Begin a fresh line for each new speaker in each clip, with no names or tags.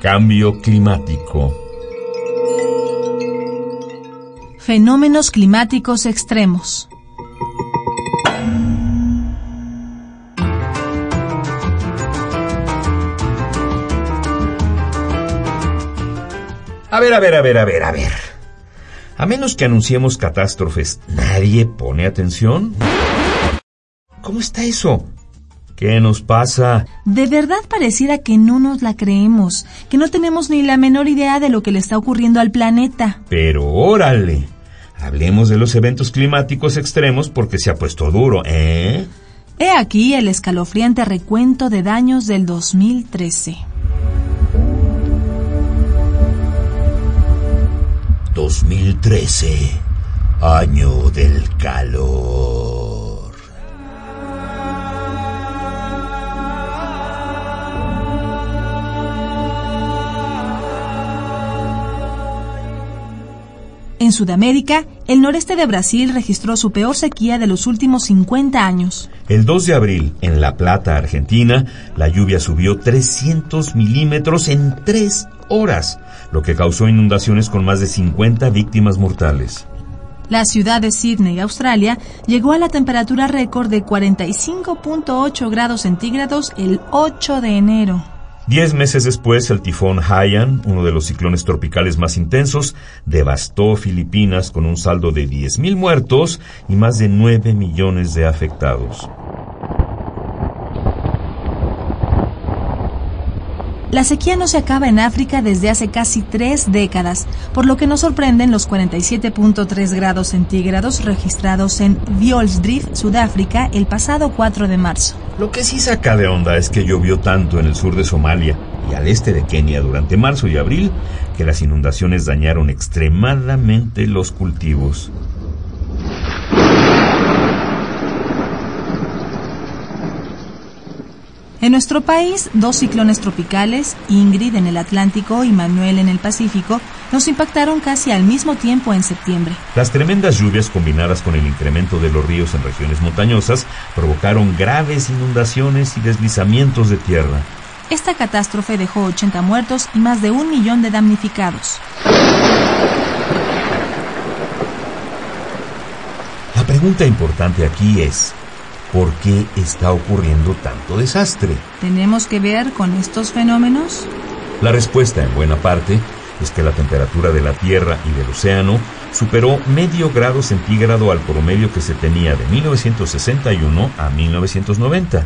Cambio climático.
Fenómenos climáticos extremos.
A ver, a ver, a ver, a ver, a ver. A menos que anunciemos catástrofes, ¿nadie pone atención? ¿Cómo está eso? ¿Qué nos pasa?
De verdad pareciera que no nos la creemos, que no tenemos ni la menor idea de lo que le está ocurriendo al planeta.
Pero órale. Hablemos de los eventos climáticos extremos porque se ha puesto duro, ¿eh?
He aquí el escalofriante recuento de daños del 2013.
2013, año del calor.
En Sudamérica, el noreste de Brasil registró su peor sequía de los últimos 50 años.
El 2 de abril, en La Plata, Argentina, la lluvia subió 300 milímetros en 3 horas, lo que causó inundaciones con más de 50 víctimas mortales.
La ciudad de Sydney, Australia, llegó a la temperatura récord de 45.8 grados centígrados el 8 de enero.
Diez meses después, el tifón Haiyan, uno de los ciclones tropicales más intensos, devastó Filipinas con un saldo de 10.000 muertos y más de 9 millones de afectados.
La sequía no se acaba en África desde hace casi tres décadas, por lo que no sorprenden los 47.3 grados centígrados registrados en Vjolsdrift, Sudáfrica, el pasado 4 de marzo.
Lo que sí saca de onda es que llovió tanto en el sur de Somalia y al este de Kenia durante marzo y abril que las inundaciones dañaron extremadamente los cultivos.
En nuestro país, dos ciclones tropicales, Ingrid en el Atlántico y Manuel en el Pacífico, nos impactaron casi al mismo tiempo en septiembre.
Las tremendas lluvias combinadas con el incremento de los ríos en regiones montañosas provocaron graves inundaciones y deslizamientos de tierra.
Esta catástrofe dejó 80 muertos y más de un millón de damnificados.
La pregunta importante aquí es, ¿por qué está ocurriendo tanto desastre?
¿Tenemos que ver con estos fenómenos?
La respuesta, en buena parte, es que la temperatura de la Tierra y del océano superó medio grado centígrado al promedio que se tenía de 1961 a 1990.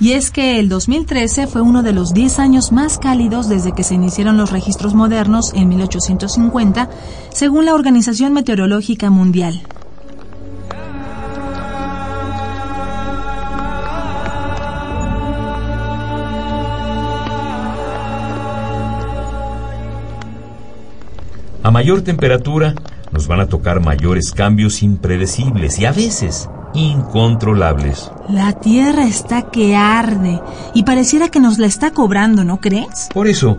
Y es que el 2013 fue uno de los 10 años más cálidos desde que se iniciaron los registros modernos en 1850, según la Organización Meteorológica Mundial.
A mayor temperatura, nos van a tocar mayores cambios impredecibles y a veces incontrolables.
La Tierra está que arde y pareciera que nos la está cobrando, ¿no crees?
Por eso,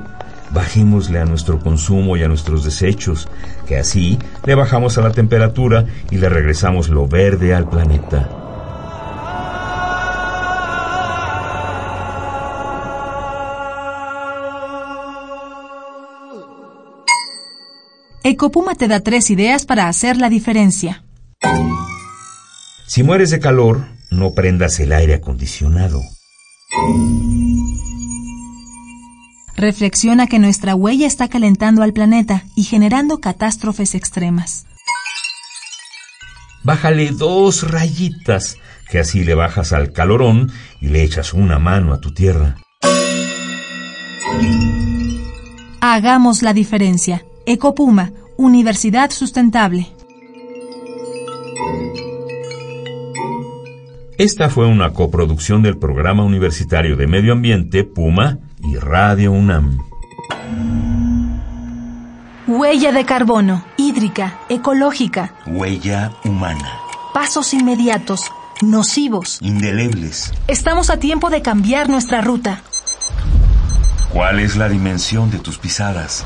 bajémosle a nuestro consumo y a nuestros desechos, que así le bajamos a la temperatura y le regresamos lo verde al planeta.
Ecopuma te da tres ideas para hacer la diferencia.
Si mueres de calor, no prendas el aire acondicionado.
Reflexiona que nuestra huella está calentando al planeta y generando catástrofes extremas.
Bájale dos rayitas, que así le bajas al calorón y le echas una mano a tu tierra.
Hagamos la diferencia. Ecopuma, Universidad Sustentable.
Esta fue una coproducción del Programa Universitario de Medio Ambiente, Puma, y Radio UNAM.
Huella de carbono, hídrica, ecológica,
Huella humana.
pasos inmediatos, nocivos.
Indelebles.
Estamos a tiempo de cambiar nuestra ruta,
¿Cuál es la dimensión de tus pisadas?